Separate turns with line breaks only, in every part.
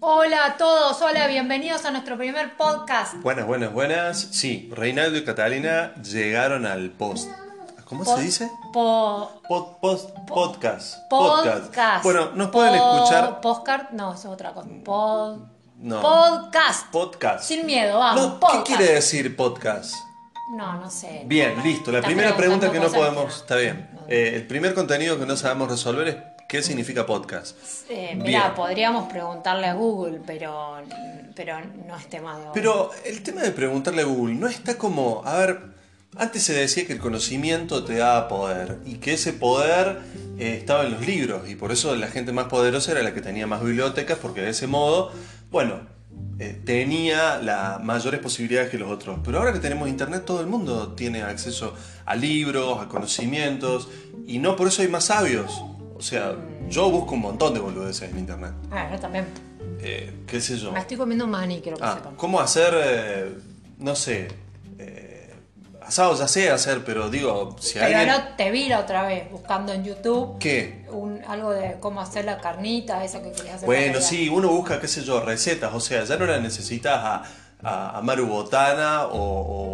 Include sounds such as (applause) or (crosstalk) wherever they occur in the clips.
Hola a todos, hola, bienvenidos a nuestro primer podcast.
Buenas, buenas, buenas. Sí, Reinaldo y Catalina llegaron al post. ¿Cómo
Pod-
se dice?
po-
Pod- post- podcast.
podcast.
Bueno, nos pueden
Po-
escuchar. Mm,
Postcard, no, eso es otra cosa. Pod-
No.
Podcast.
Podcast.
Sin miedo, vamos.
No, ¿Qué
podcast.
quiere decir podcast?
No, no sé.
Bien, listo. La
Estás
primera pregunta
preguntando
que no
cosas
podemos.
que
Está bien. Eh, el primer contenido que no sabemos resolver es qué significa podcast.
no- Eh, mirá,
Bien.
podríamos preguntarle a Google, pero, pero no es tema de hoy.
Pero el tema de preguntarle a Google no está como, a ver, antes se decía que el conocimiento te daba poder y que ese poder eh, estaba en los libros y por eso la gente más poderosa era la que tenía más bibliotecas porque de ese modo, bueno, eh, tenía las mayores posibilidades que los otros. Pero ahora que tenemos internet todo el mundo tiene acceso a libros, a conocimientos y no por eso hay más sabios. O sea, yo busco un montón de boludeces en internet.
Ah, yo también.
Eh, ¿Qué sé yo?
Me estoy comiendo un maní, quiero que
Ah,
sepan.
¿cómo hacer, eh, no sé, eh, asado ya sé hacer, pero digo, si
Pero
alguien...
no te vi la otra vez buscando en YouTube
¿Qué?
un, algo de cómo hacer la carnita, esa que querías hacer.
Bueno,
para
sí, uno busca, qué sé yo, recetas, o sea, ya no la necesitas a, a- a Maru Botana o,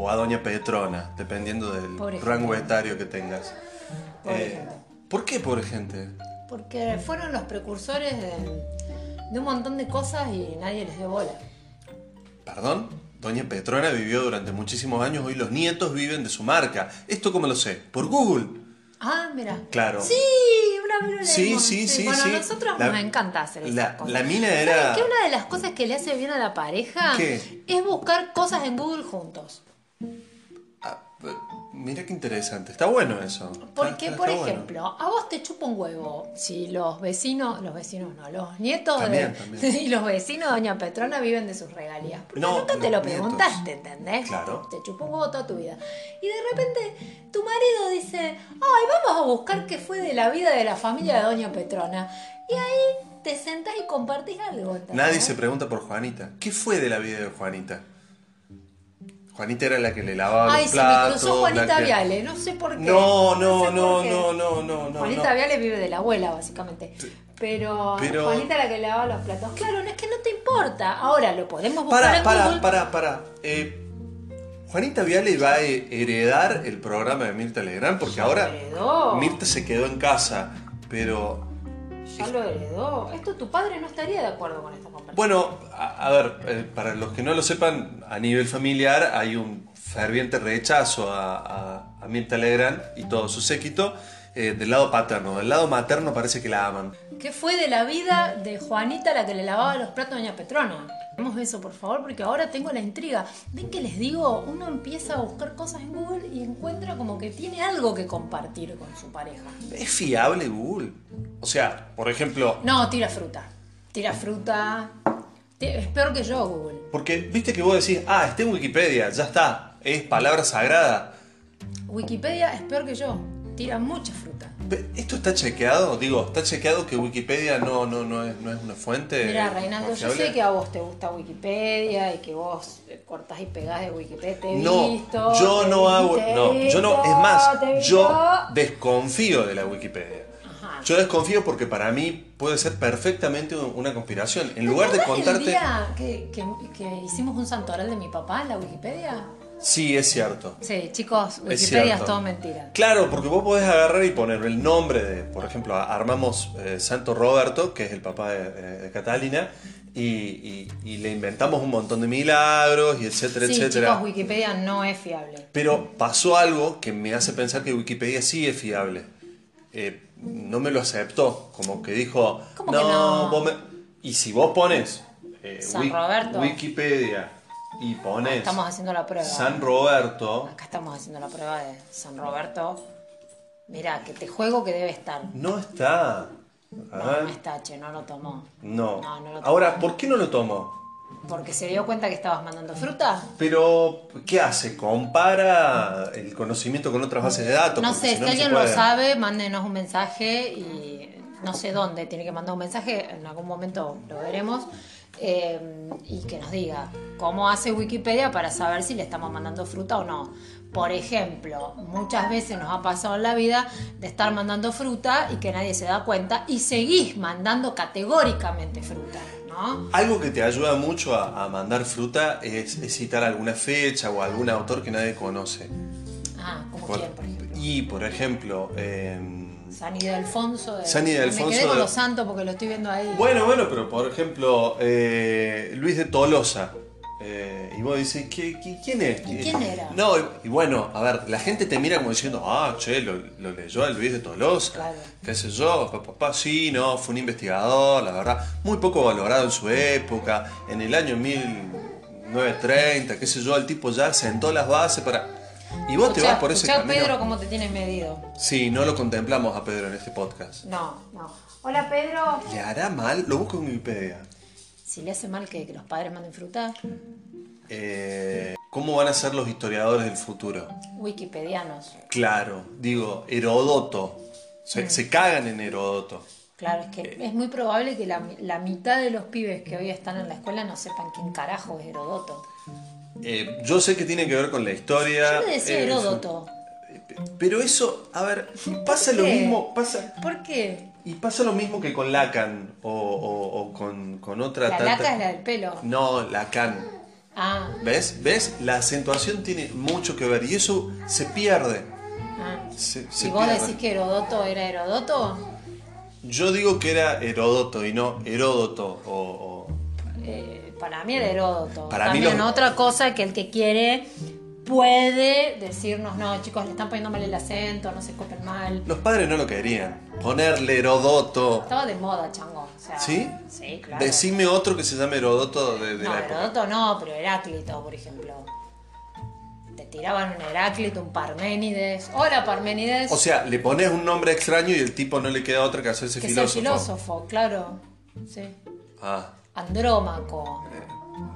o a Doña Petrona, dependiendo del
Pobre gente.
rango etario que tengas.
Pobre
Eh,
gente.
¿Por qué pobre gente?
la- Porque fueron los precursores de, de un montón de cosas y nadie les dio bola.
¿Perdón? Doña Petrona vivió durante muchísimos años, hoy los nietos viven de su marca. ¿Esto cómo lo sé? Por Google.
Ah, mira.
Claro.
Sí, una vez lo
Sí,
leímos.
sí, sí.
Bueno,
sí.
a nosotros
La-
nos encanta hacer esas
la,
cosas.
la mina
¿Sabes
era.
qué? Una de las cosas que le hace bien a la pareja
¿Qué?
es buscar cosas en Google juntos.
Ah, eh, mira qué interesante. Está bueno eso.
Porque,
Está- está
por
bueno.
ejemplo, a vos te chupa un huevo si los vecinos, los vecinos no, los nietos (laughs)
También,
de,
también.
y los vecinos de Doña Petrona viven de sus regalías. Porque
No,
nunca te lo
los nietos.
preguntaste, ¿entendés?
Claro.
Te chupa un huevo toda tu vida. Y de repente tu marido dice, ay, vamos a buscar qué fue de la vida de la familia de Doña Petrona. Y ahí te sentás y compartís algo. ¿entendés?
Nadie se pregunta por Juanita. ¿Qué fue de la vida de Juanita? Juanita era la que le lavaba
Ay,
los
se me
platos.
cruzó
la
Juanita
que-
Viale, no sé por qué.
No, no,
sé
no,
por qué.
no, no, no, no.
Juanita
no.
Viale vive de la abuela, básicamente. Pero,
Pero-
Juanita la que lava los platos. Claro, no es que no te importa. Ahora lo podemos buscar
Para,
en
para,
Google.
para, para. Eh, Juanita Viale va a heredar el programa de Mirta Legrand porque ahora
heredó.
Mirta se quedó en casa. Pero
Ya lo heredó. Esto tu padre no estaría de acuerdo con esta comparación.
Bueno, a, a ver, eh, para los que no lo sepan, a nivel familiar hay un ferviente rechazo a, a, a Mirta Legrand y todo su séquito eh, del lado paterno. Del lado materno parece que la aman.
¿Qué fue de la vida de Juanita la que le lavaba los platos a Doña Petrona? Vemos eso, por favor, porque ahora tengo la intriga. ¿Ven que les digo? Uno empieza a buscar cosas en Google y encuentra como que tiene algo que compartir con su pareja.
¿Es fiable Google? O sea, por ejemplo,
No, tira fruta. Tira fruta. Te- Es peor que yo, Google.
porque viste que vos decís, ah, está en Wikipedia, ya está, es palabra sagrada.
Wikipedia es peor que yo. Tira mucha fruta.
Pe- ¿Esto está chequeado? Digo, ¿está chequeado que Wikipedia no, no, no, es, no es una fuente?
Mira, Reinaldo, yo
confiable?
sé que a vos te gusta Wikipedia y que vos eh, cortás y pegás de Wikipedia. Te he
No,
visto,
yo
te
no hago.
vi, te
No,
he
yo no.
visto,
Es
te he
más, yo
visto.
desconfío de la Wikipedia.
Ajá.
Yo desconfío porque para mí puede ser perfectamente una conspiración. En lugar de
¿Te acordás
contarte.
El día que, que- que hicimos un santoral de mi papá en la Wikipedia?
Sí, es cierto.
Sí, chicos,
Es
Wikipedia es,
cierto.
todo mentira.
Claro, porque vos podés agarrar y poner el nombre de, por ejemplo, a- armamos eh, Santo Roberto, que es el papá de, de- de Catalina, y, y- y le inventamos un montón de milagros y etcétera,
sí,
etcétera.
chicos, Wikipedia no es fiable.
Pero pasó algo que me hace pensar que Wikipedia sí es fiable. Eh, no me lo aceptó, como que dijo,
¿Cómo
no,
que no?
vos me-". Y si vos pones eh,
San Roberto.
Wikipedia y pones
Estamos haciendo la prueba.
San Roberto,
Acá estamos haciendo la prueba de San Roberto. Mira, que te juego que debe estar.
no está. A
No, no
ver.
está, che, no lo tomó.
No.
No, no lo tomó.
Ahora, ¿por qué no lo tomó?
Porque se dio cuenta que estabas mandando fruta.
Pero, ¿qué hace? ¿Compara el conocimiento con otras bases de datos?
No
Porque
sé,
si
si
no se
alguien lo
puede.
sabe, mándenos un mensaje y no sé dónde tiene que mandar un mensaje, en algún momento lo veremos. eh, y que nos diga cómo hace Wikipedia para saber si le estamos mandando fruta o no. Por ejemplo, muchas veces nos ha pasado en la vida de estar mandando fruta y que nadie se da cuenta y seguís mandando categóricamente fruta. ¿no?
Algo que te ayuda mucho a, a mandar fruta es, es citar alguna fecha o algún autor que nadie conoce.
Ah, como
Por-
quién, por ejemplo.
y, por ejemplo, eh,
San Ildefonso. de-
San Ildefonso
Me quedé con
de-
los santos porque lo estoy viendo ahí.
bueno, bueno, pero por ejemplo, eh, Luis de Tolosa. Eh, y vos dices, ¿qué, qué- quién es?
¿Y quién era?
No, y, y bueno, a ver, la gente te mira como diciendo, ah, che, lo, lo leyó a Luis de Tolosa.
Claro.
¿Qué sé yo? Papá, sí, no, fue un investigador, la verdad, muy poco valorado en su época. En el año 1930, qué sé yo, el tipo ya sentó las bases para. Y vos te
Escuchá-
vas por ese
escuchá,
camino.
Pedro cómo te tienes medido.
Sí, no lo contemplamos a Pedro en este podcast.
No, no. Hola Pedro.
¿Le hará mal? Lo busco en Wikipedia.
Si le hace mal que, que los padres manden fruta,
Eh, ¿Cómo van a ser los historiadores del futuro?
wikipedianos.
Claro, digo, Herodoto. Se,
Mm.
se cagan en Herodoto.
Claro, es
Eh.
que es muy probable que la, la mitad de los pibes que hoy están en la escuela no sepan quién carajo es Herodoto.
Eh, yo sé que tiene que ver con la historia.
Yo le decía
eh,
Heródoto.
Pero eso, a ver, pasa lo
qué?
mismo, pasa.
¿Por qué?
Y pasa lo mismo que con Lacan o, o- o con, con otra
La
tanta-
laca es la del pelo.
No, Lacan.
Ah,
¿Ves? ¿Ves? La acentuación tiene mucho que ver y eso se pierde.
ah.
Se- se
¿Y vos
pierde.
decís que Herodoto era Herodoto?
Yo digo que era Heródoto y no Heródoto. O,
Eh, para mí era Heródoto.
Para mí
También
lo-
otra cosa que el que quiere puede decirnos, no, chicos, le están poniendo mal el acento, no se copen mal.
o- Los padres no lo querían. Ponerle Heródoto.
Estaba de moda, chango. o sea,
¿Sí?
Sí, claro.
Decime otro que se llame Heródoto de, de
no,
la época.
Heródoto no, pero Heráclito, por ejemplo. Te tiraban un Heráclito, un Parménides. Hola, Parménides.
O sea, le pones un nombre extraño y el tipo no le queda otra que hacerse
que sea
filósofo.
filósofo, claro. Sí.
Ah.
Andrómaco.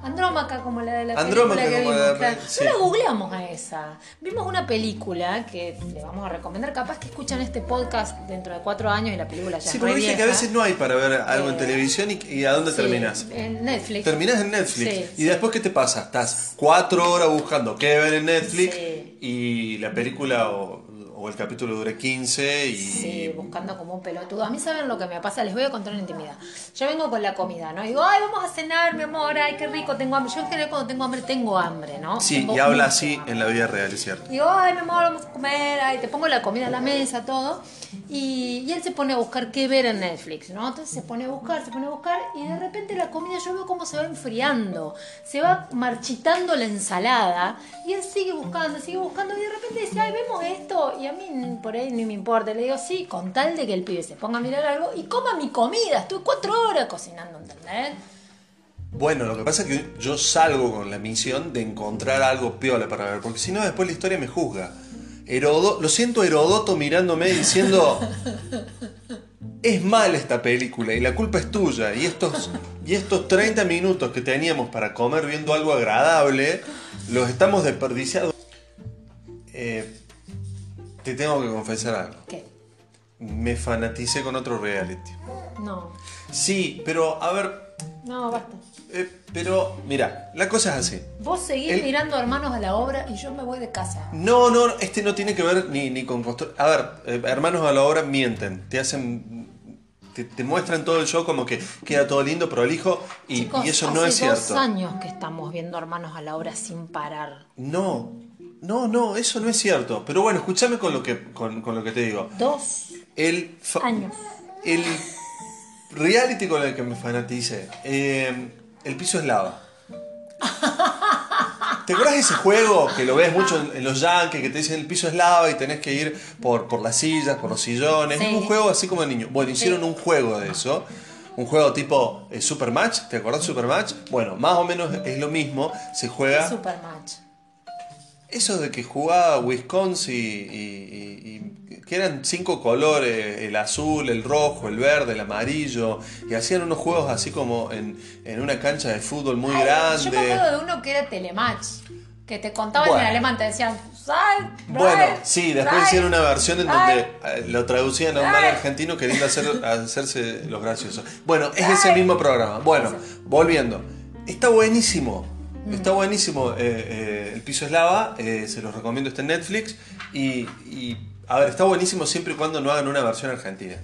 Andrómaca como la de la
Eh. Andrómaca
película que
como
vimos.
la de la
claro.
peli- sí.
No la googleamos a esa. Vimos una película que le vamos a recomendar. Capaz que escuchan este podcast dentro de cuatro años y la película ya
Sí,
es
pero
re
viste que a
vieja.
veces no hay para ver algo en
Eh,
televisión y, y a dónde
Sí,
terminas.
En Netflix.
Terminás en Netflix.
Sí,
¿Y
sí.
después qué te pasa? Estás cuatro horas buscando qué ver en Netflix
Sí.
y la película o, o el capítulo dura 15 y...
Sí, buscando como un pelotudo. A mí saben lo que me pasa, les voy a contar una intimidad. Yo vengo con la comida, ¿no? Y digo, ay, vamos a cenar, mi amor, ay, qué rico, tengo hambre. Yo en general cuando tengo hambre, tengo hambre, ¿no?
Sí,
Tengo
y habla
mucha
así en la vida real, es cierto.
Digo, ay, mi amor, vamos a comer, ay, te pongo la comida a la mesa, todo. Y, y él se pone a buscar qué ver en Netflix, ¿no? Entonces se pone a buscar, se pone a buscar, y de repente la comida yo veo cómo se va enfriando, se va marchitando la ensalada, y él sigue buscando, sigue buscando, y de repente dice, ay, vemos esto, y a mí ni- por ahí ni me importa. Le digo, sí, con tal de que el pibe se ponga a mirar algo y coma mi comida, estuve cuatro horas cocinando, ¿entendés?
Bueno, lo que pasa es que yo salgo con la misión de encontrar algo piola para ver, porque si no después la historia me juzga. Herodo- lo siento Herodoto mirándome y diciendo, es mal esta película y la culpa es tuya, y estos, y estos 30 minutos que teníamos para comer viendo algo agradable, los estamos desperdiciando. Eh, te tengo que confesar algo,
¿Qué?
me fanaticé con otro reality.
No,
Sí, pero a ver...
no, basta.
Eh, pero, mira, la cosa es así.
Vos seguís
El-
mirando hermanos a la obra y yo me voy de casa.
No, no, este no tiene que ver ni, ni con constru- A ver, eh, hermanos a la obra mienten, te hacen. Te, te muestran todo el show como que queda todo lindo, prolijo, y,
Chicos,
y eso no
hace
es
dos
cierto.
años que estamos viendo Hermanos a la obra sin parar.
No, no, no, eso no es cierto. Pero bueno, escúchame con lo que, con, con lo que te digo.
Dos
El fa-
años.
El reality con el que me fanatice. el piso es lava. ¿Te acuerdas de ese juego que lo ves mucho en, en los yankees que te dicen el piso es lava y tenés que ir por, por las sillas, por los sillones?
Sí.
Es un juego así como de niño. Bueno, hicieron
Sí.
un juego de eso. Un juego tipo eh, Supermatch, ¿te acordás de Supermatch? Bueno, más o menos es lo mismo. Se juega.
Supermatch.
Eso de que jugaba Wisconsin y, y- y- y que eran cinco colores, el azul, el rojo, el verde, el amarillo, y hacían unos juegos así como en, en una cancha de fútbol muy
Yo me
grande.
acuerdo de uno que era Telematch. Que te contaban
Bueno.
en alemán, te decían, "Sai,
Bueno,
Rai,
sí, después
Rai".
hicieron una versión en donde
Ay.
eh, lo traducían a un mal
Ay.
argentino queriendo hacer, hacerse los graciosos. Bueno, es ese mismo programa. Bueno, volviendo. Está buenísimo.
Mm.
Está buenísimo. eh, eh, el piso es lava. eh, se los recomiendo. Está en Netflix. Y, y, a ver, está buenísimo siempre y cuando no hagan una versión argentina.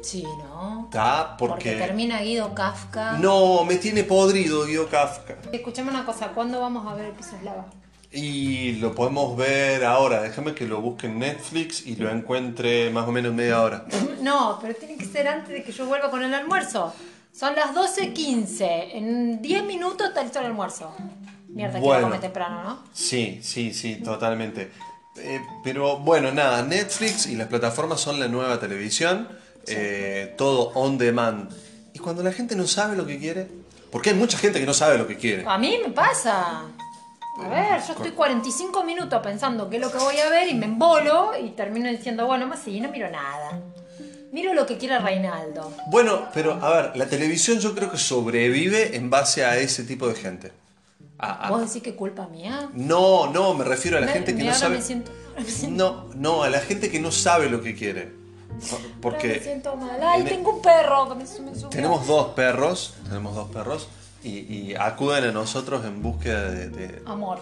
Sí, ¿no?
Está
Porque
porque.
termina Guido Kafka.
No, me tiene podrido Guido Kafka.
Escuchame una cosa, ¿cuándo vamos a ver el piso eslava?
Y lo podemos ver ahora. Déjame que lo busque en Netflix y
Mm.
lo encuentre más o menos en media hora.
No, pero tiene que ser antes de que yo vuelva con el almuerzo. Son las 12.15. En 10 minutos está listo el almuerzo. Mierda,
Bueno.
quiero comer temprano, ¿no?
Sí, sí, sí, totalmente. Eh, pero bueno, nada, Netflix y las plataformas son la nueva televisión, eh, todo on demand. Y cuando la gente no sabe lo que quiere, porque hay mucha gente que no sabe lo que quiere.
A mí me pasa. A ver, yo estoy 45 minutos pensando qué es lo que voy a ver y me embolo y termino diciendo, bueno, más sí, no miro nada. Miro lo que quiera Reinaldo.
Bueno, pero a ver, la televisión yo creo que sobrevive en base a ese tipo de gente. A- a-
¿Vos decís que culpa mía?
No, no, me refiero a Ah. la
Me-
gente que
me-
no
ahora
sabe.
me siento- (laughs)
No, no, a la gente que no sabe lo que quiere. Por-
ahora me
Porque
siento mal. Ay,
en-
tengo un perro que me, me subió.
tenemos dos perros, tenemos dos perros, y, y acuden a nosotros en búsqueda de... de-
Amor.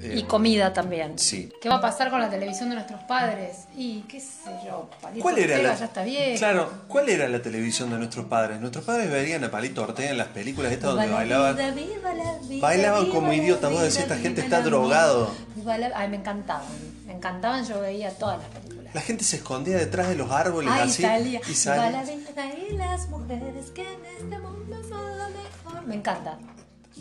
eh,
Y comida también.
sí.
¿Qué va a pasar con la televisión de nuestros padres? Y qué sé yo, Palito
¿Cuál era
Ortega
la,
ya está bien.
Claro, ¿cuál era la televisión de nuestros padres? Nuestros padres veían a Palito Ortega en las películas estas
Viva
donde
la
bailaban.
vida, viva la vida,
Bailaban
viva
como
la
idiotas, vos
vida,
decís, esta
viva
gente
el
está
amor,
drogado.
viva la- Ay, me encantaban. Me encantaban, yo veía todas las películas.
La gente se escondía detrás de los árboles
Ay,
así
salía.
y
Viva la
salía.
vida y las mujeres que en este mundo son lo mejor. Me encanta.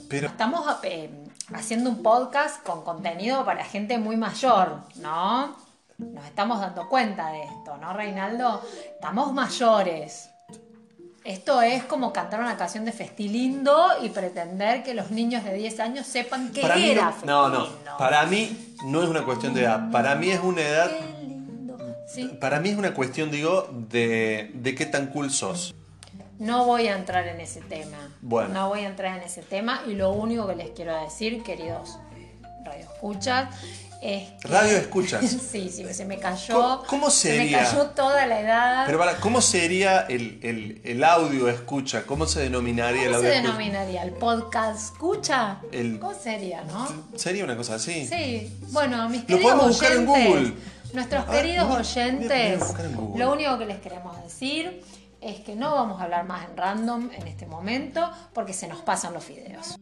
Pero
Estamos eh, haciendo un podcast con contenido para gente muy mayor, ¿no? Nos estamos dando cuenta de esto, ¿no, Reinaldo? Estamos mayores. Esto es como cantar una canción de Festilindo y pretender que los niños de 10 años sepan qué
para mí
era
no, no, no,
Festilindo.
para mí no es una cuestión de edad, para mí es una edad,
Qué lindo. Sí,
para mí es una cuestión, digo, de, de qué tan cool sos.
no voy a entrar en ese tema.
Bueno.
No voy a entrar en ese tema y lo único que les quiero decir, queridos radioescuchas, es que...
Radio escuchas.
(laughs) Sí, sí, se me cayó.
¿Cómo- cómo
Se me
sería?
cayó toda la edad.
Pero para, ¿cómo sería el, el- el audio escucha? ¿Cómo se denominaría el
¿Cómo se
audio escucha?
denominaría? ¿El podcast escucha?
El-
¿Cómo sería, no?
Sería una cosa así.
Sí. Bueno, mis
Lo
queridos
podemos buscar en
oyentes,
Google.
nuestros
A ver,
queridos
voy a- voy a- voy a
oyentes,
buscar en Google.
lo único que les queremos decir es que no vamos a hablar más en random en este momento porque se nos pasan los videos.